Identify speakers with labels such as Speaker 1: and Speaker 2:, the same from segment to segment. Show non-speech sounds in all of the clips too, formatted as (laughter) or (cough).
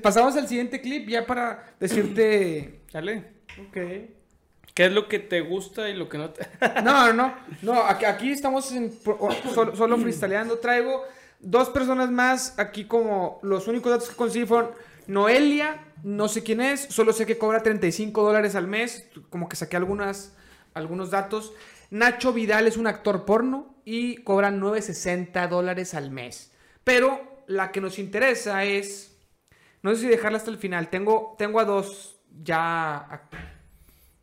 Speaker 1: pasamos al siguiente clip ya para decirte. Dale.
Speaker 2: Ok. ¿Qué es lo que te gusta y lo que no te.? (laughs)
Speaker 1: No, no, no. Aquí, aquí estamos en- o- solo, solo freestyleando. Traigo dos personas más. Aquí, como los únicos datos que conseguí fueron Noelia, no sé quién es, solo sé que cobra 35 dólares al mes. Como que saqué algunas, algunos datos. Nacho Vidal es un actor porno y cobra 9.60 dólares al mes. Pero la que nos interesa es. No sé si dejarla hasta el final. Tengo, tengo a dos ya a-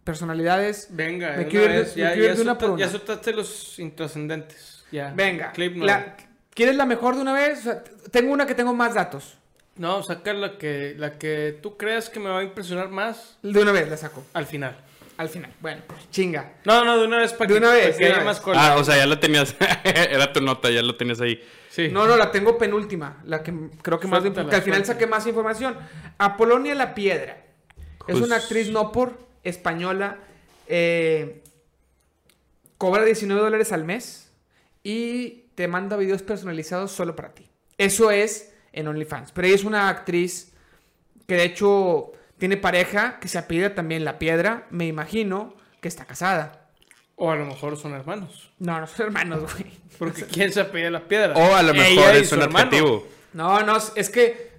Speaker 1: personalidades.
Speaker 2: Venga,
Speaker 1: Me
Speaker 2: de
Speaker 1: quiero
Speaker 2: una
Speaker 1: ir de-
Speaker 2: vez,
Speaker 1: me
Speaker 2: ya,
Speaker 1: quiero ir
Speaker 2: ya
Speaker 1: de una
Speaker 2: solta-
Speaker 1: por una.
Speaker 2: ya soltaste los intrascendentes. Ya.
Speaker 1: Venga.
Speaker 2: Clip nuevo.
Speaker 1: la- ¿Quieres la mejor de una vez? O sea, t- tengo una que tengo más datos.
Speaker 2: No, saca la que, la que tú creas que me va a impresionar más
Speaker 1: De una vez la saco.
Speaker 2: al final.
Speaker 1: Al final. Bueno, pues, chinga.
Speaker 2: No, no, de una vez para
Speaker 1: De
Speaker 2: que,
Speaker 1: una
Speaker 2: para
Speaker 1: vez,
Speaker 2: que
Speaker 1: de
Speaker 2: haya
Speaker 1: una
Speaker 2: más
Speaker 1: vez.
Speaker 2: cola.
Speaker 3: Ah, o sea, ya la tenías. (laughs) Era tu nota, ya la tenías ahí.
Speaker 2: sí.
Speaker 1: No, no, la tengo penúltima. La que m- creo que más. de-
Speaker 2: Suéltala,
Speaker 1: que al final
Speaker 2: suéltala.
Speaker 1: saqué más información. Apolonia La Piedra. Es
Speaker 3: Pues-
Speaker 1: una actriz no por española. eh, cobra 19 dólares al mes. Y te manda videos personalizados solo para ti. Eso es en OnlyFans. Pero ella es una actriz que de hecho tiene pareja que se apellida también La Piedra. Me imagino que está casada.
Speaker 2: O a lo mejor son hermanos.
Speaker 1: No, no son hermanos, güey.
Speaker 2: Porque ¿quién se apellida la piedra?
Speaker 3: O a lo
Speaker 2: Ella
Speaker 3: mejor
Speaker 2: y
Speaker 3: es
Speaker 2: su
Speaker 3: un
Speaker 2: hermano.
Speaker 3: adjetivo.
Speaker 1: No, no, es que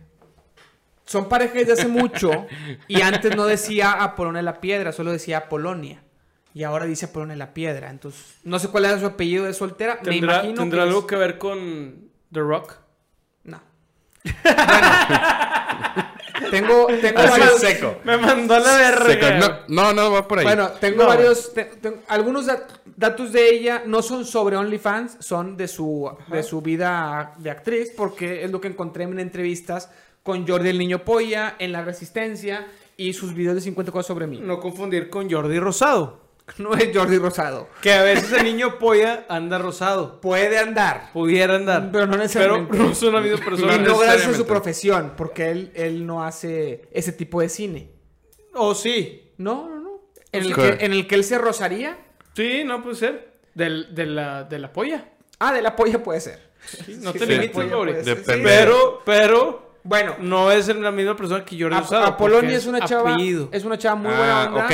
Speaker 1: son parejas desde hace mucho y antes no decía Apolonia la Piedra, solo decía Apolonia. Y ahora dice Apolonia la Piedra. Entonces, no sé cuál era su apellido de soltera. Me
Speaker 2: ¿Tendrá,
Speaker 1: imagino
Speaker 2: ¿tendrá
Speaker 1: que
Speaker 2: algo
Speaker 1: es-
Speaker 2: que ver con The Rock?
Speaker 1: No. (laughs) Bueno, tengo, tengo
Speaker 3: Así
Speaker 1: varios.
Speaker 3: seco.
Speaker 2: Me mandó a la
Speaker 3: Seco.
Speaker 2: verga.
Speaker 3: No, no, no, va por ahí.
Speaker 1: Bueno, tengo
Speaker 2: No,
Speaker 1: varios. te- tengo- algunos dat- datos de ella no son sobre OnlyFans, son de su, de su vida de actriz, porque es lo que encontré en entrevistas con Jordi el Niño Polla, en La Resistencia y sus videos de 50 cosas sobre (laughs) mí. No,
Speaker 2: No confundir con Jordi Rosado.
Speaker 1: es Jordi Rosado.
Speaker 2: Que a veces el niño polla anda rosado.
Speaker 1: Puede andar.
Speaker 2: Pudiera andar.
Speaker 1: Pero no
Speaker 2: Pero
Speaker 1: necesariamente.
Speaker 2: no son la misma persona.
Speaker 1: y no gracias a su
Speaker 3: necesariamente.
Speaker 1: profesión, porque él, él no hace ese tipo de cine.
Speaker 2: O Oh, sí.
Speaker 1: No, no, no. En el,
Speaker 3: Ok.
Speaker 1: que, en el que él se rosaría.
Speaker 2: Sí, no puede ser. Del, de, la, de la polla.
Speaker 1: Ah, de la polla puede ser.
Speaker 2: Sí, no te
Speaker 1: Sí,
Speaker 2: limites,
Speaker 1: polla
Speaker 2: pobre.
Speaker 1: puede ser.
Speaker 3: Depende.
Speaker 1: Sí.
Speaker 2: Pero, pero,
Speaker 1: Bueno,
Speaker 2: no es la misma persona que Jordi
Speaker 1: Ap-
Speaker 2: Rosado.
Speaker 1: Apolonia
Speaker 2: porque
Speaker 1: es una chava.
Speaker 2: apellido.
Speaker 1: Es una chava muy buena
Speaker 3: ah,
Speaker 1: onda.
Speaker 3: ok.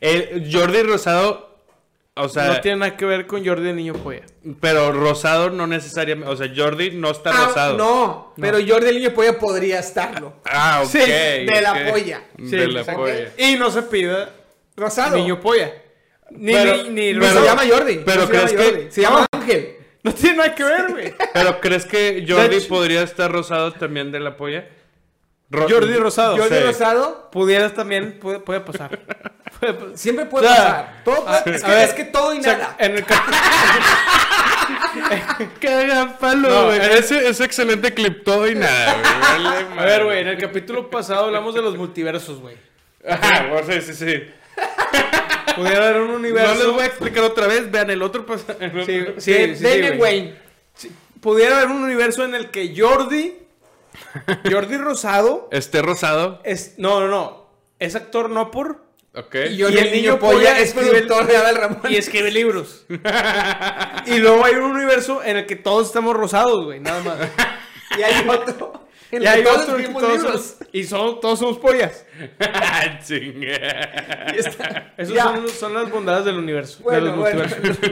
Speaker 3: El Jordi Rosado, o sea,
Speaker 2: no tiene nada que ver con Jordi el niño polla.
Speaker 3: pero Rosado no necesariamente. O sea, Jordi no está
Speaker 1: Ah,
Speaker 3: rosado.
Speaker 1: no, pero Jordi el niño polla podría estarlo.
Speaker 3: Ah, ok.
Speaker 2: Sí, de
Speaker 1: la
Speaker 3: ok.
Speaker 1: polla.
Speaker 2: Sí,
Speaker 3: de la
Speaker 2: exacto.
Speaker 3: polla.
Speaker 2: Y no se pida
Speaker 1: Rosado.
Speaker 2: niño polla. Ni,
Speaker 3: Pero-
Speaker 2: ni, ni
Speaker 1: no
Speaker 3: pero-
Speaker 1: se
Speaker 2: Rosado.
Speaker 1: llama Jordi. no
Speaker 3: pero
Speaker 1: se llama
Speaker 3: ¿crees que-
Speaker 1: Jordi, Se llama Ángel.
Speaker 2: No tiene nada que ver, güey.
Speaker 3: Pero ¿crees que Jordi
Speaker 2: hecho-
Speaker 3: podría estar rosado también de la polla? Ro-
Speaker 2: Jordi Rosado.
Speaker 1: Jordi
Speaker 3: Sí.
Speaker 1: Rosado
Speaker 2: Pudieras también, puede, puede pasar. Puede pa-
Speaker 1: siempre puede
Speaker 2: O
Speaker 1: pasar.
Speaker 2: sea,
Speaker 1: Todo puede- es, que,
Speaker 2: a ver,
Speaker 1: es que todo y
Speaker 2: o sea, eh,
Speaker 1: nada.
Speaker 2: en el ca-
Speaker 3: Cagapalo,
Speaker 2: No,
Speaker 3: güey.
Speaker 2: eres-
Speaker 3: Ese, ese excelente clip todo y nada, güey. Vale,
Speaker 2: (laughs) A
Speaker 3: madre.
Speaker 2: ver, güey, en el capítulo pasado hablamos de los multiversos, güey.
Speaker 3: Ajá, o sea, sí, sí.
Speaker 2: Pudiera haber un universo.
Speaker 3: No les voy a explicar otra vez, vean el otro pas-
Speaker 2: Sí, sí,
Speaker 1: De-
Speaker 2: sí,
Speaker 1: Damian
Speaker 2: sí, güey.
Speaker 1: Wayne.
Speaker 2: Pudiera haber un universo en el que Jordi. Jordi Rosado.
Speaker 3: Este rosado,
Speaker 2: Es, no, no, no. Es actor no por.
Speaker 3: ok.
Speaker 1: (laughs)
Speaker 3: (laughs)
Speaker 1: Y Jordi el niño polla es
Speaker 2: escribe-
Speaker 1: productor de Adal Ramón.
Speaker 2: (laughs) Y escribe libros. y luego hay un universo en el que todos estamos rosados, güey, nada más.
Speaker 1: (laughs) Y hay otro. (laughs) en
Speaker 2: Y
Speaker 1: el que
Speaker 2: hay
Speaker 1: todos
Speaker 2: otro en el que
Speaker 1: escribimos
Speaker 2: todos
Speaker 1: libros.
Speaker 2: (laughs) somos, y son, todos somos pollas.
Speaker 3: Ah, chinga.
Speaker 1: Y está-
Speaker 2: Esas
Speaker 1: ya.
Speaker 2: son, son las bondades del universo.
Speaker 1: Bueno,
Speaker 2: de los
Speaker 1: bueno.
Speaker 2: multiversos.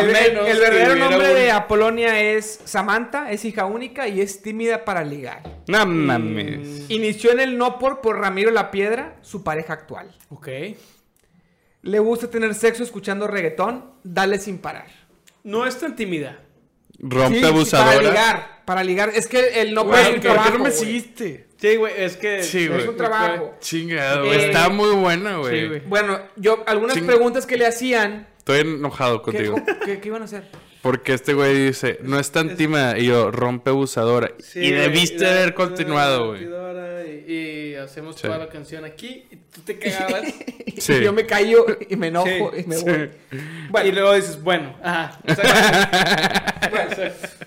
Speaker 1: (laughs) El,
Speaker 3: menos
Speaker 1: el
Speaker 3: que
Speaker 1: verdadero
Speaker 3: hubiera
Speaker 1: nombre
Speaker 3: un-
Speaker 1: de Apolonia es Samantha, es hija única y es tímida para ligar.
Speaker 3: No mames.
Speaker 1: Inició en el no por por Ramiro La Piedra, su pareja actual.
Speaker 2: Ok.
Speaker 1: Le gusta tener sexo escuchando reggaetón, dale sin parar.
Speaker 2: No es tan tímida.
Speaker 3: Rompe
Speaker 1: Sí, sí,
Speaker 3: abusadora.
Speaker 1: Para ligar, para ligar. Es que el no
Speaker 2: Güey,
Speaker 1: por es un
Speaker 2: ¿por qué no
Speaker 1: trabajo,
Speaker 2: me
Speaker 1: güey.
Speaker 3: seguiste?
Speaker 2: Sí, güey, es que.
Speaker 3: Sí,
Speaker 1: Es
Speaker 3: güey.
Speaker 1: un trabajo.
Speaker 3: Chingado, güey.
Speaker 1: Eh,
Speaker 3: Está muy buena, güey.
Speaker 2: Sí, güey.
Speaker 1: Bueno, yo algunas
Speaker 3: Ching-
Speaker 1: preguntas que le hacían.
Speaker 3: Estoy enojado
Speaker 1: ¿Qué,
Speaker 3: contigo.
Speaker 1: qué- qué iban a hacer?
Speaker 3: Porque este güey dice, no es tan tímida. Y yo, rompe abusadora. y debiste haber continuado, güey.
Speaker 2: Y, y hacemos
Speaker 3: Sí.
Speaker 2: toda la canción aquí. Y tú te (laughs) cagabas.
Speaker 3: Sí.
Speaker 1: Y (laughs) yo me callo y me enojo
Speaker 2: Sí,
Speaker 1: y me voy.
Speaker 2: y luego dices, bueno, ajá. exacto. Exacto.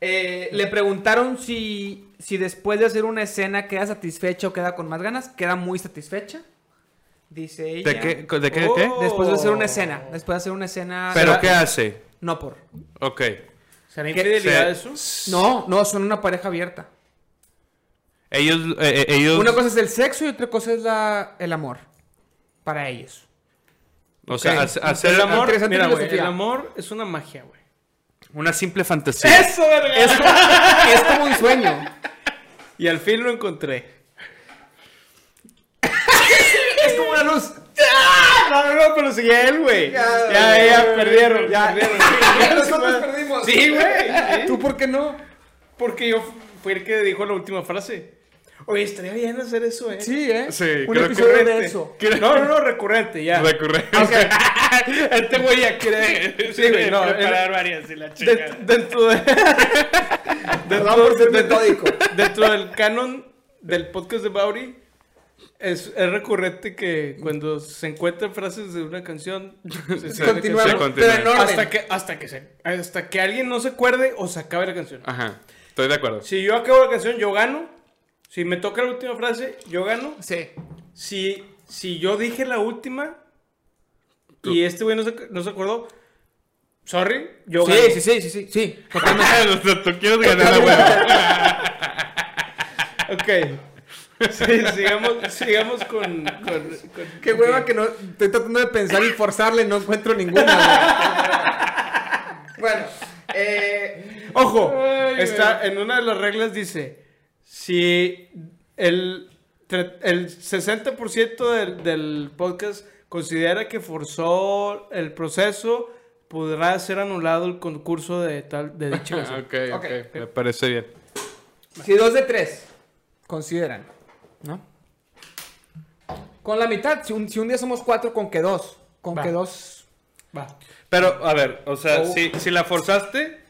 Speaker 1: Eh, le preguntaron si, si después de hacer una escena queda satisfecha o queda con más ganas. Queda muy satisfecha. Dice ella.
Speaker 3: ¿De qué? ¿De qué? de qué?
Speaker 2: Oh.
Speaker 1: Después de hacer una escena. Después de hacer una escena.
Speaker 3: ¿Pero qué hace?
Speaker 1: No por.
Speaker 3: Ok.
Speaker 2: ¿Será
Speaker 1: ¿Qué?
Speaker 2: infidelidad
Speaker 3: Se-
Speaker 2: eso?
Speaker 1: No, no, son una pareja abierta.
Speaker 3: Ellos, eh, eh, ellos,
Speaker 1: Una cosa es el sexo y otra cosa es la, el amor. Para ellos.
Speaker 3: o sea,
Speaker 1: ok.
Speaker 3: hace- hacer
Speaker 2: el amor,
Speaker 1: interesante
Speaker 2: mira, güey,
Speaker 1: filosofía.
Speaker 2: el amor es una magia, güey.
Speaker 3: una simple fantasía.
Speaker 2: Eso, verga.
Speaker 1: Es como un sueño.
Speaker 2: Y al fin lo encontré.
Speaker 1: es como una luz.
Speaker 2: No, no, no, pero seguía él, güey.
Speaker 1: Ya,
Speaker 2: Ya, ya,
Speaker 1: güey, güey,
Speaker 2: perdieron.
Speaker 1: ya.
Speaker 2: (laughs) perdieron.
Speaker 1: Ya nosotros perdimos.
Speaker 2: Sí, güey.
Speaker 1: ¿Tú por qué no?
Speaker 2: Porque yo fui el que dijo la última frase. Oye, estaría bien hacer eso, eh.
Speaker 1: Sí, ¿eh?
Speaker 3: Sí,
Speaker 1: un
Speaker 3: creo que
Speaker 1: episodio de
Speaker 2: Recurrente.
Speaker 1: eso.
Speaker 3: Creo-
Speaker 2: No, no, no, recurrente, ya.
Speaker 3: Recurrente.
Speaker 2: (laughs)
Speaker 3: este güey ya quiere.
Speaker 2: Sí, güey, no,
Speaker 3: preparar varias y la chica.
Speaker 2: De- dentro (laughs) de. dentro,
Speaker 1: Perdón por ser
Speaker 2: dentro-
Speaker 1: metódico.
Speaker 2: dentro del canon del podcast de Bauri. Es, es recurrente que cuando se encuentran frases de una canción (laughs) se sigue la
Speaker 1: Continuamos.
Speaker 2: canción.
Speaker 3: Se continúa.
Speaker 1: Pero en orden.
Speaker 2: hasta que hasta que se- hasta que alguien no se acuerde o se acabe la canción.
Speaker 3: Ajá. Estoy de acuerdo.
Speaker 2: Si yo acabo la canción yo gano. Si me toca la última frase yo gano.
Speaker 1: Sí.
Speaker 2: Si si yo dije la última
Speaker 3: Tú.
Speaker 2: y este güey no se, no se acordó, sorry, yo
Speaker 1: Sí,
Speaker 2: gano.
Speaker 1: sí, sí, sí, sí, sí.
Speaker 3: O sea, Tú quieres ganar la hueva.
Speaker 2: Ok. (laughs) Sí, sigamos, sigamos con, con- con-
Speaker 1: Qué hueva que no. Estoy tratando de pensar y forzarle, no encuentro ninguna, güey. (laughs) bueno, eh.
Speaker 2: Ojo,
Speaker 1: Ay,
Speaker 2: está en una de las reglas dice, si el, tre- el 60% del, del podcast considera que forzó el proceso, podrá ser anulado el concurso de tal
Speaker 1: (laughs)
Speaker 2: de dicha
Speaker 3: Ah,
Speaker 2: canción.
Speaker 3: ok, ok. Me parece bien.
Speaker 1: Si dos de tres consideran, ¿no? Con la mitad, si un, si un día somos cuatro, con que dos. Con
Speaker 2: Va.
Speaker 1: que dos.
Speaker 2: Va.
Speaker 3: Pero, a ver, o sea,
Speaker 1: Oh.
Speaker 3: si, si la forzaste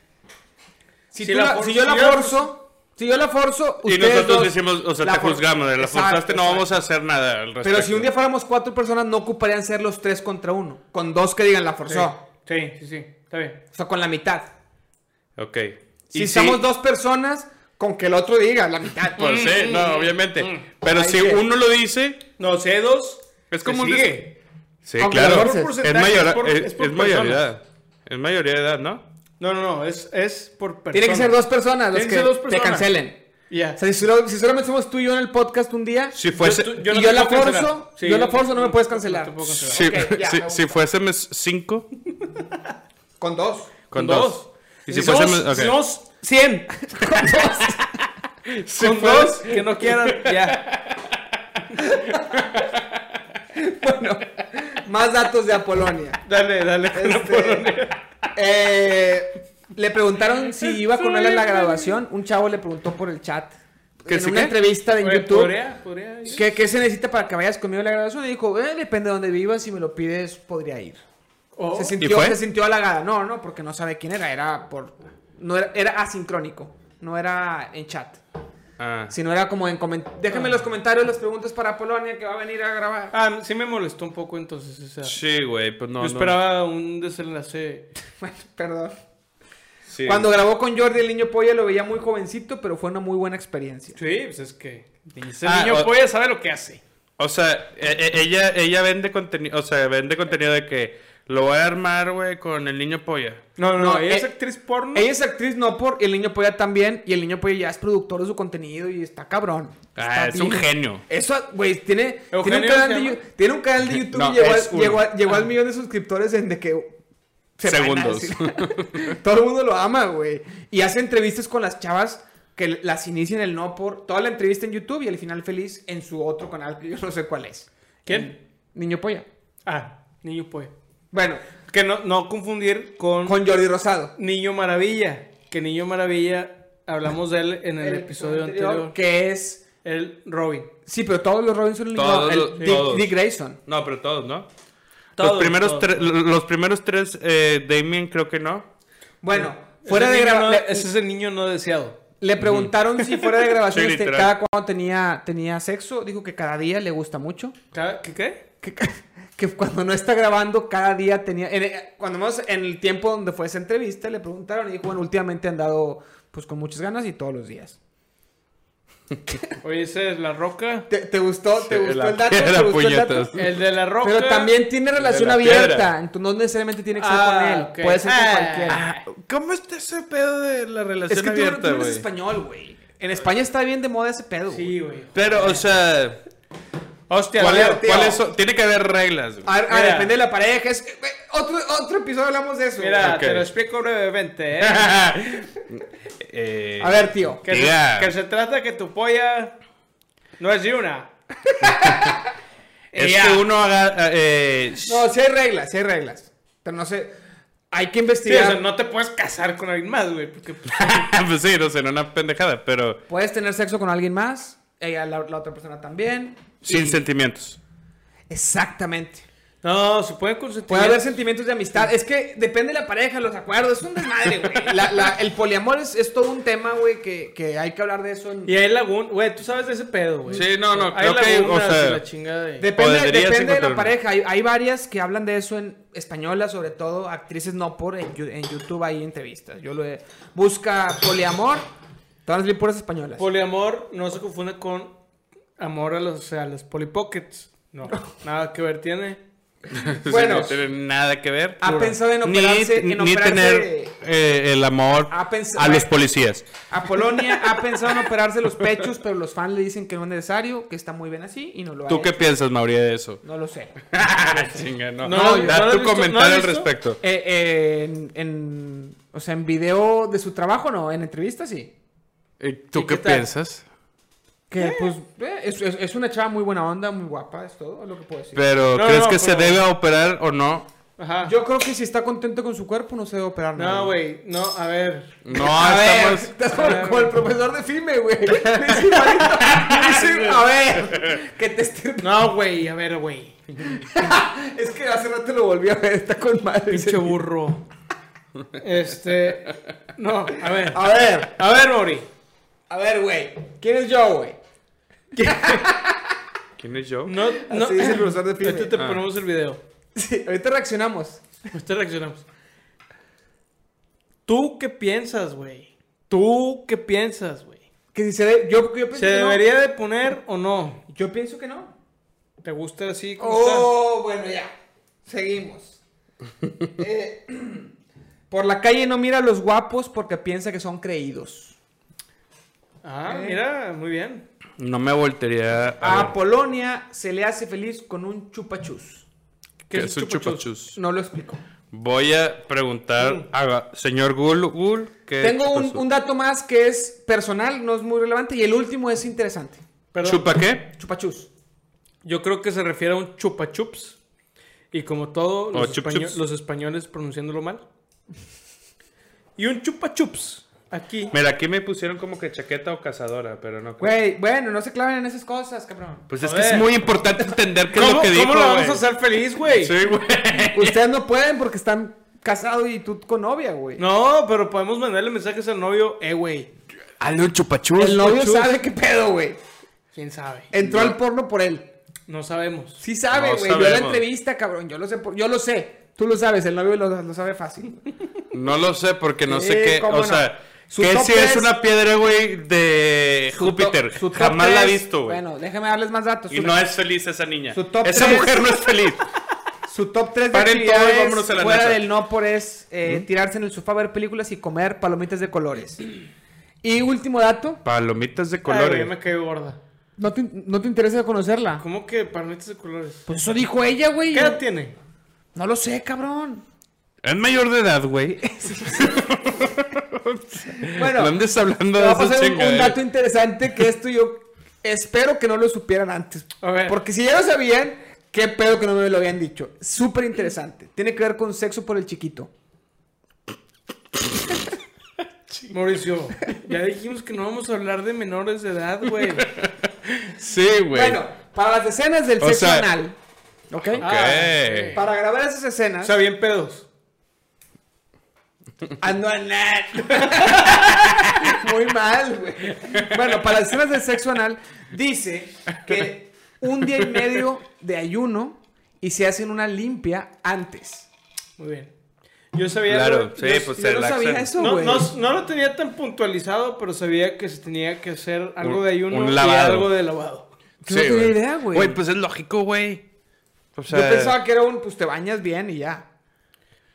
Speaker 1: Si,
Speaker 2: Si
Speaker 1: tú
Speaker 2: la
Speaker 1: la-
Speaker 2: for-
Speaker 1: si yo
Speaker 2: si
Speaker 1: la
Speaker 2: yo la
Speaker 1: forzo, si yo la forzo,
Speaker 3: y
Speaker 1: ustedes
Speaker 3: nosotros
Speaker 1: dos
Speaker 3: decimos, o sea,
Speaker 1: la
Speaker 3: te
Speaker 1: for-
Speaker 3: juzgamos, de la
Speaker 1: Exacto,
Speaker 3: forzaste, no
Speaker 1: exacto.
Speaker 3: vamos a hacer nada al respecto.
Speaker 1: Pero si un día fuéramos cuatro personas, no ocuparían ser los tres contra uno. Con dos que digan la
Speaker 2: Sí,
Speaker 1: forzó.
Speaker 2: sí, sí, sí, está bien.
Speaker 1: O sea, con la mitad.
Speaker 3: Ok.
Speaker 1: Si
Speaker 3: Y
Speaker 1: estamos dos personas, con que el otro diga la mitad. Mm.
Speaker 3: (laughs) Pues sí, no, obviamente. Pero
Speaker 1: Ahí
Speaker 3: si
Speaker 1: sí.
Speaker 3: uno lo dice,
Speaker 2: No, sé dos.
Speaker 3: es
Speaker 2: se
Speaker 3: como
Speaker 1: Pues
Speaker 3: un...
Speaker 2: sigue.
Speaker 3: des- Sí,
Speaker 1: Aunque
Speaker 3: claro.
Speaker 1: por
Speaker 3: Es,
Speaker 2: porcentaje,
Speaker 3: mayora-
Speaker 2: es por-
Speaker 3: es-
Speaker 2: es por
Speaker 3: es mayoría de
Speaker 2: personas.
Speaker 3: edad. Es mayoría de edad, ¿no?
Speaker 2: No, no, no, es, es por persona.
Speaker 1: Tiene que ser dos personas los
Speaker 2: Tienen
Speaker 1: que,
Speaker 2: que ser dos
Speaker 1: te
Speaker 2: personas.
Speaker 1: cancelen.
Speaker 2: Ya.
Speaker 1: O sea, si, solo- si solamente somos tú y yo en el podcast un día,
Speaker 3: Si fuese...
Speaker 2: tú-
Speaker 1: y
Speaker 2: no
Speaker 1: yo
Speaker 2: te
Speaker 1: la
Speaker 2: puedo
Speaker 1: forzo,
Speaker 2: cancelar.
Speaker 1: yo la forzo, no me puedes cancelar.
Speaker 2: No te puedo cancelar.
Speaker 3: si,
Speaker 1: Ok, ya,
Speaker 3: si-
Speaker 1: me gusta.
Speaker 3: si fuésemos cinco
Speaker 1: con dos.
Speaker 3: con dos. Y si fuésemos... ok.
Speaker 2: dos, 100.
Speaker 3: Si
Speaker 2: con
Speaker 3: fuera-
Speaker 2: dos que no quieran, ya.
Speaker 1: Bueno, más datos de Apolonia.
Speaker 2: Dale, dale.
Speaker 1: (laughs) Este, eh, le preguntaron si iba con él a la graduación. Un chavo le preguntó por el chat.
Speaker 3: ¿Que
Speaker 1: en
Speaker 3: sí
Speaker 1: una
Speaker 3: qué?
Speaker 1: entrevista de
Speaker 2: Oye,
Speaker 1: YouTube.
Speaker 2: Podría, podría. ir.
Speaker 1: ¿Qué, qué se necesita para que vayas conmigo a la graduación? Y dijo, eh, depende de donde vivas, si me lo pides, podría ir.
Speaker 2: O-
Speaker 1: Se,
Speaker 3: Oh, ¿Y
Speaker 1: sintió,
Speaker 3: fue?
Speaker 1: se sintió halagada. No, no, porque no sabe quién era. Era por. No era, era asincrónico. No era en chat.
Speaker 3: Ah.
Speaker 1: Sino era como en comentarios. Déjenme en los comentarios las preguntas para Polonia que va a venir a grabar. (laughs)
Speaker 2: Ah, sí me molestó un poco entonces. O sea,
Speaker 3: Sí, güey, pues no.
Speaker 2: yo
Speaker 3: no.
Speaker 2: esperaba un desenlace.
Speaker 1: Bueno, perdón.
Speaker 3: Sí.
Speaker 1: Cuando grabó con Jordi el niño polla lo veía muy jovencito, pero fue una muy buena experiencia.
Speaker 2: Sí, pues es que.
Speaker 1: (laughs)
Speaker 2: Ese
Speaker 3: Ah,
Speaker 2: niño
Speaker 3: o-
Speaker 2: polla sabe lo que hace.
Speaker 3: O sea, e- e- ella, ella vende contenido, o sea, vende contenido de que lo voy a armar, güey, con el niño polla.
Speaker 2: No, no,
Speaker 1: no,
Speaker 2: ella es
Speaker 1: eh,
Speaker 2: actriz porno.
Speaker 1: Ella es actriz no por el niño polla también y el niño polla ya es productor de su contenido y está cabrón.
Speaker 3: Ah,
Speaker 1: Está
Speaker 3: es un
Speaker 1: bien.
Speaker 3: genio.
Speaker 1: Eso, güey, tiene, tiene,
Speaker 2: Eugenio
Speaker 1: un canal de,
Speaker 2: se llama.
Speaker 1: Yu- tiene un canal de YouTube
Speaker 3: No,
Speaker 1: y llegó, al,
Speaker 3: es uno.
Speaker 1: llegó, a- llegó al millón de suscriptores en de que... van a
Speaker 3: Segundos.
Speaker 1: decir. (laughs) Todo el mundo lo ama, güey. Y hace entrevistas con las chavas que las inician el no por... Toda la entrevista en YouTube y el final feliz en su otro canal que yo no sé cuál es.
Speaker 2: ¿Quién?
Speaker 1: Niño polla.
Speaker 2: Ah, niño polla.
Speaker 1: Bueno,
Speaker 2: Que no, no confundir con,
Speaker 1: con Jordi Rosado.
Speaker 2: Niño Maravilla. Que Niño Maravilla, hablamos de él en el, episodio anterior.
Speaker 1: Que es...
Speaker 2: El Robin.
Speaker 1: Sí, pero todos los Robinson...
Speaker 3: Todos
Speaker 1: el-
Speaker 3: los-
Speaker 1: Dick,
Speaker 3: todos.
Speaker 1: Dick Grayson.
Speaker 3: No, pero todos, ¿no?
Speaker 2: Todos,
Speaker 3: los, primeros
Speaker 2: todos.
Speaker 3: tres- lo- los primeros tres, eh, Damien creo que no.
Speaker 1: Bueno, fuera
Speaker 2: Ese
Speaker 1: de
Speaker 2: niño
Speaker 1: grabar...
Speaker 2: no-
Speaker 1: le-
Speaker 2: ese es el niño no deseado.
Speaker 1: Le preguntaron si fuera
Speaker 3: (laughs)
Speaker 1: de grabación
Speaker 3: Sí,
Speaker 1: este,
Speaker 3: literal.
Speaker 1: cada cuando tenía, tenía sexo. Dijo que cada día le gusta mucho.
Speaker 2: ¿Ca- ¿Qué? qué?
Speaker 1: Que, (laughs) ca- que cuando no está grabando, cada día tenía. en- eh, cuando más en el tiempo donde fue esa entrevista, le preguntaron y dijo: Bueno, últimamente han dado pues con muchas ganas y todos los días.
Speaker 2: Oye, ese es La Roca.
Speaker 1: ¿Te, te gustó, te
Speaker 3: Sí,
Speaker 1: gustó
Speaker 3: la
Speaker 1: el dato? ¿Te
Speaker 3: piedra,
Speaker 1: gustó el dato?
Speaker 3: puñetas.
Speaker 2: El de La Roca.
Speaker 1: Pero también tiene relación
Speaker 3: la piedra.
Speaker 1: abierta. Entonces no necesariamente tiene que ser
Speaker 2: Ah,
Speaker 1: con él.
Speaker 2: ok.
Speaker 1: Puede ser con
Speaker 2: Ah,
Speaker 1: cualquiera.
Speaker 3: ¿Cómo está ese pedo de la relación
Speaker 1: es que tú, tú
Speaker 3: abierta,
Speaker 1: no eres
Speaker 3: güey?
Speaker 1: español, güey. En España está bien de moda ese pedo.
Speaker 2: Sí, güey.
Speaker 3: Pero, o sea,
Speaker 2: Hostia,
Speaker 3: ¿cuál es-
Speaker 2: a ver, tío.
Speaker 3: ¿cuáles son? Tiene que haber reglas, güey.
Speaker 1: A, ver, a
Speaker 2: Mira.
Speaker 1: depende de la pareja. es- güey, otro, otro episodio hablamos de eso.
Speaker 2: Mira,
Speaker 3: Ok.
Speaker 2: te lo explico brevemente, ¿eh?
Speaker 3: (laughs) Ah, Eh,
Speaker 1: A ver, tío.
Speaker 2: que, se,
Speaker 3: Diga.
Speaker 2: que se trata que tu polla no es de una.
Speaker 3: Es
Speaker 2: Ya.
Speaker 3: que uno haga. eh,
Speaker 1: No, sí hay reglas, sí hay reglas. Pero no sé. Hay que
Speaker 2: Sí,
Speaker 1: investigar.
Speaker 2: o sea, no te puedes casar con alguien más, güey. Porque pues,
Speaker 3: (laughs) pues sí, no sé, no una pendejada, pero
Speaker 1: Puedes tener sexo con alguien más. Ella, la, la otra persona también.
Speaker 3: sin (laughs) sentimientos.
Speaker 1: Exactamente.
Speaker 2: No, se pueden consentir.
Speaker 1: Puede haber sentimientos de amistad. Es que depende de la pareja, los acuerdos. Es un desmadre, güey. La- la- el poliamor es, es todo un tema, güey, que, que hay que hablar de eso. en-
Speaker 2: Y hay laguna, güey, tú sabes de ese pedo, güey.
Speaker 3: Sí, no, no,
Speaker 2: Hay
Speaker 3: creo que, o
Speaker 2: lagunas
Speaker 3: sea,
Speaker 2: y la chingada de-
Speaker 1: Depende,
Speaker 3: debería
Speaker 1: depende
Speaker 3: ser
Speaker 1: de la
Speaker 3: encontrarlo.
Speaker 1: pareja. Hay, hay varias que hablan de eso en española, sobre todo actrices no por en, Yu- en YouTube hay entrevistas. Yo lo he... Busca poliamor. Te van a salir puras españolas.
Speaker 2: Poliamor no se confunda con amor a los, a los polipockets. No, nada que ver tiene.
Speaker 1: Bueno.
Speaker 3: no tiene nada que ver.
Speaker 1: ha pensado en operarse,
Speaker 3: ni,
Speaker 1: en
Speaker 3: ni
Speaker 1: operarse
Speaker 3: tener eh, el amor
Speaker 1: Ah, pens-
Speaker 3: a los
Speaker 1: bueno.
Speaker 3: policías.
Speaker 1: a
Speaker 3: (laughs)
Speaker 1: Polonia, ha pensado en operarse los pechos, pero los fans le dicen que no es necesario, que está muy bien así y no lo ha
Speaker 3: ¿Tú qué
Speaker 1: hecho.
Speaker 3: piensas, Mauricio, de (laughs) eso?
Speaker 1: No lo sé. (laughs)
Speaker 3: Ah, Chinga, no.
Speaker 2: No, no,
Speaker 3: Da
Speaker 2: no lo he
Speaker 3: tu
Speaker 2: visto,
Speaker 3: comentario
Speaker 2: no lo
Speaker 3: al
Speaker 2: he visto.
Speaker 3: respecto.
Speaker 1: Eh, eh, en, en- o sea, en video de su trabajo, no, en entrevistas sí.
Speaker 3: Eh, ¿Tú
Speaker 2: ¿Y
Speaker 3: qué,
Speaker 2: qué tal?
Speaker 3: piensas?
Speaker 1: Que pues eh, es, es- es una chava muy buena onda, muy guapa, es todo lo que puedo decir.
Speaker 3: Pero,
Speaker 2: No,
Speaker 3: ¿crees
Speaker 2: no,
Speaker 3: que se
Speaker 2: pero-
Speaker 3: debe operar o no?
Speaker 2: Ajá.
Speaker 1: Yo creo que si está contento con su cuerpo, no se debe operar nada.
Speaker 2: no, güey, no, a ver.
Speaker 3: No,
Speaker 1: A ver,
Speaker 3: estamos.
Speaker 1: estás como, como el profesor de FIME, güey.
Speaker 2: (laughs)
Speaker 1: Le dice, "Manito", le dice, a ver, que te esté...
Speaker 2: No, güey, a ver, güey.
Speaker 1: Es que hace rato lo volví a ver, está con madre.
Speaker 2: Pinche burro. Este. No, a ver.
Speaker 1: A ver,
Speaker 2: A ver, Mori.
Speaker 1: a ver, güey. ¿Quién es yo, güey?
Speaker 3: ¿Quién es yo?
Speaker 2: No, no.
Speaker 1: Así dice el profesor
Speaker 2: (laughs)
Speaker 1: de FIME.
Speaker 2: Ahorita te ponemos el video.
Speaker 1: Sí, ahorita reaccionamos.
Speaker 2: Ahorita reaccionamos. ¿Tú qué piensas, güey? ¿Tú qué piensas, güey?
Speaker 1: Que si se de- yo, yo pienso
Speaker 2: ¿Se
Speaker 1: que no.
Speaker 2: debería de poner o no?
Speaker 1: Yo pienso que no.
Speaker 2: ¿Te gusta así como
Speaker 1: Oh, bueno, ya. Seguimos. Eh, (clears throat) por la calle no mira a los guapos porque piensa que son creídos.
Speaker 2: está? Ah, mira, muy bien.
Speaker 3: No me voltearía a.
Speaker 1: A
Speaker 3: ver.
Speaker 1: Polonia se le hace feliz con un chupachus.
Speaker 3: ¿Qué
Speaker 2: es
Speaker 3: es un
Speaker 2: chupa
Speaker 3: chupachus?
Speaker 1: No lo explico.
Speaker 3: Voy a preguntar a señor Gul, Gul ¿qué es
Speaker 1: Tengo un,
Speaker 3: chupachus?
Speaker 1: un dato más que es personal, no es muy relevante. Y el último es interesante.
Speaker 2: Perdón.
Speaker 3: ¿Chupa qué?
Speaker 1: Chupachus.
Speaker 2: Yo creo que se refiere a un chupa chups. Y como todo, los,
Speaker 3: chup
Speaker 2: españo-
Speaker 3: chups.
Speaker 2: los españoles pronunciándolo mal. Y un chupa chups. Aquí.
Speaker 3: Mira, aquí me pusieron como que chaqueta o cazadora, pero no creo.
Speaker 1: Güey, bueno, no se claven en esas cosas, cabrón.
Speaker 3: Pues
Speaker 2: A
Speaker 3: es que es
Speaker 2: ver.
Speaker 3: muy importante entender qué es
Speaker 2: ¿Cómo,
Speaker 3: lo que
Speaker 2: cómo
Speaker 3: dijo,
Speaker 2: lo vamos
Speaker 3: güey.
Speaker 2: a hacer feliz, güey?
Speaker 3: Sí, güey.
Speaker 1: Ustedes no pueden porque están casados y tú con novia, güey.
Speaker 2: No, pero podemos mandarle mensajes al novio. Eh, güey.
Speaker 3: Hazle un chupachus.
Speaker 1: el novio sabe qué pedo, güey.
Speaker 2: ¿Quién sabe?
Speaker 1: Entró al porno por él.
Speaker 2: No sabemos.
Speaker 1: Sí sabe,
Speaker 3: No
Speaker 1: güey. Yo la
Speaker 3: sabemos.
Speaker 1: entrevista, cabrón. Yo lo sé. por- Yo lo sé. Tú lo sabes. El novio lo, lo sabe fácil.
Speaker 3: No lo sé porque no sé
Speaker 1: Sí,
Speaker 3: qué.
Speaker 1: cómo
Speaker 3: O
Speaker 1: no.
Speaker 3: sea,
Speaker 1: Su
Speaker 3: que
Speaker 1: top
Speaker 3: si es
Speaker 1: tres-
Speaker 3: una piedra, güey, de Júpiter.
Speaker 1: Su top
Speaker 3: Jamás la he
Speaker 1: tres-
Speaker 3: visto, güey.
Speaker 1: Bueno, déjame darles más datos.
Speaker 3: y
Speaker 1: su,
Speaker 3: no es feliz esa niña.
Speaker 1: su top
Speaker 3: Esa
Speaker 1: tres-
Speaker 3: mujer no
Speaker 1: (laughs)
Speaker 3: es feliz.
Speaker 1: su top 3 de
Speaker 3: Paren todo y
Speaker 1: actividades
Speaker 3: vámonos a la
Speaker 1: fuera
Speaker 3: neta.
Speaker 1: del no por es eh, tirarse en el sofá, ver películas y comer palomitas de colores. Y último dato.
Speaker 3: Palomitas de
Speaker 2: Ay, güey,
Speaker 3: colores.
Speaker 2: me caí gorda.
Speaker 1: ¿No te, no te interesa conocerla?
Speaker 2: ¿Cómo que palomitas de colores?
Speaker 1: Pues eso dijo ella, güey.
Speaker 2: ¿Qué edad tiene?
Speaker 1: No lo sé,
Speaker 3: (laughs)
Speaker 1: cabrón.
Speaker 3: Es mayor de edad, güey.
Speaker 1: Bueno,
Speaker 3: ¿Dónde está
Speaker 1: te
Speaker 3: hablando de
Speaker 1: va a
Speaker 3: esa
Speaker 1: pasar un, un
Speaker 3: chingadera?
Speaker 1: dato interesante que esto yo espero que no lo supieran antes.
Speaker 2: A ver.
Speaker 1: Porque si ya lo sabían, qué pedo que no me lo habían dicho. Súper interesante. Tiene que ver con sexo por el chiquito.
Speaker 2: Mauricio, ya dijimos que no vamos a hablar de menores de edad,
Speaker 1: (laughs)
Speaker 2: güey.
Speaker 3: Sí, güey.
Speaker 1: Bueno, para las escenas del
Speaker 3: O
Speaker 1: sexo
Speaker 3: sea-
Speaker 1: anal, ¿ok?
Speaker 3: ok.
Speaker 2: Ah, sí.
Speaker 1: Para grabar esas
Speaker 2: O
Speaker 1: escenas,
Speaker 2: sea, bien pedos.
Speaker 1: ando anal. (laughs) Muy mal, güey. Bueno, para las escenas del sexo anal, dice que un día y medio de ayuno y se hacen una limpia antes.
Speaker 2: Muy bien. Yo sabía.
Speaker 3: Claro,
Speaker 2: güey,
Speaker 3: sí,
Speaker 2: yo-
Speaker 3: pues
Speaker 1: yo no
Speaker 3: el
Speaker 1: sabía
Speaker 3: accent.
Speaker 1: eso.
Speaker 2: No,
Speaker 1: güey.
Speaker 2: no, no lo tenía tan puntualizado, pero sabía que se tenía que hacer algo
Speaker 3: Un-
Speaker 2: de ayuno
Speaker 3: un
Speaker 2: y
Speaker 3: lavado.
Speaker 2: algo de lavado.
Speaker 1: Que no tenía idea, güey.
Speaker 3: Güey, pues es lógico, güey. O sea,
Speaker 1: Yo pensaba que era un, pues te bañas bien y ya.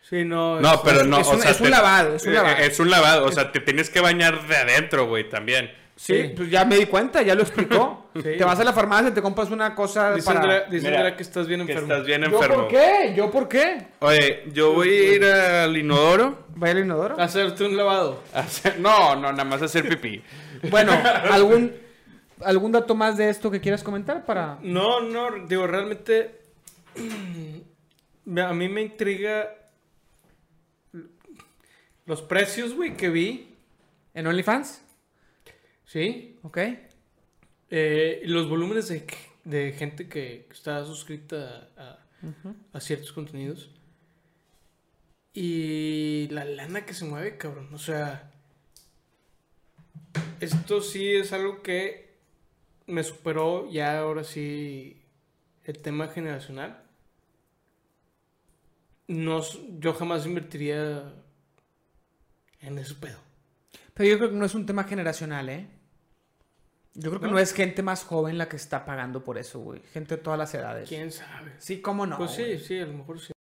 Speaker 2: Sí, no. es-
Speaker 3: No, pero no.
Speaker 1: es
Speaker 3: o
Speaker 1: un-
Speaker 3: sea,
Speaker 1: es un lavado, es un
Speaker 3: Eh,
Speaker 1: lavado.
Speaker 3: Es un lavado, o sea, te tienes que bañar de adentro, güey, también.
Speaker 1: Sí,
Speaker 2: Sí.
Speaker 1: pues ya me di cuenta, ya lo explicó.
Speaker 2: Sí.
Speaker 1: Te vas a la farmacia, te compras una cosa
Speaker 2: Dice
Speaker 1: para...
Speaker 2: Andrea, dice
Speaker 3: Mira,
Speaker 2: Andrea que estás bien
Speaker 3: Que
Speaker 2: enfermo.
Speaker 3: estás bien
Speaker 1: ¿Yo
Speaker 3: enfermo.
Speaker 1: por qué? ¿Yo por qué?
Speaker 3: Oye, yo voy a ir al inodoro.
Speaker 1: ¿Vaya al inodoro?
Speaker 2: Hacerte un lavado.
Speaker 3: a hacer- (laughs) No, no, nada más a hacer pipí.
Speaker 1: Bueno, ¿algún, ¿algún dato más de esto que quieras comentar para...?
Speaker 2: No, no, digo, realmente (clears throat) me- a mí me intriga los precios, güey, que vi,
Speaker 1: ¿En OnlyFans?
Speaker 2: ¿sí?
Speaker 1: Ok.
Speaker 2: Eh, y los volúmenes de, de gente que está suscrita a, a ciertos contenidos. Y la lana que se mueve, cabrón. O sea, esto sí es algo que me superó ya ahora sí el tema generacional. No, s- yo jamás invertiría en ese pedo.
Speaker 1: Pero yo creo que no es un tema generacional, ¿eh? Yo creo que no,
Speaker 2: ¿No?
Speaker 1: es gente más joven la que está pagando por eso, güey. Gente de todas las edades.
Speaker 2: ¿Quién sabe?
Speaker 1: Sí, cómo no.
Speaker 2: pues sí,
Speaker 1: güey.
Speaker 2: sí, a lo mejor sí.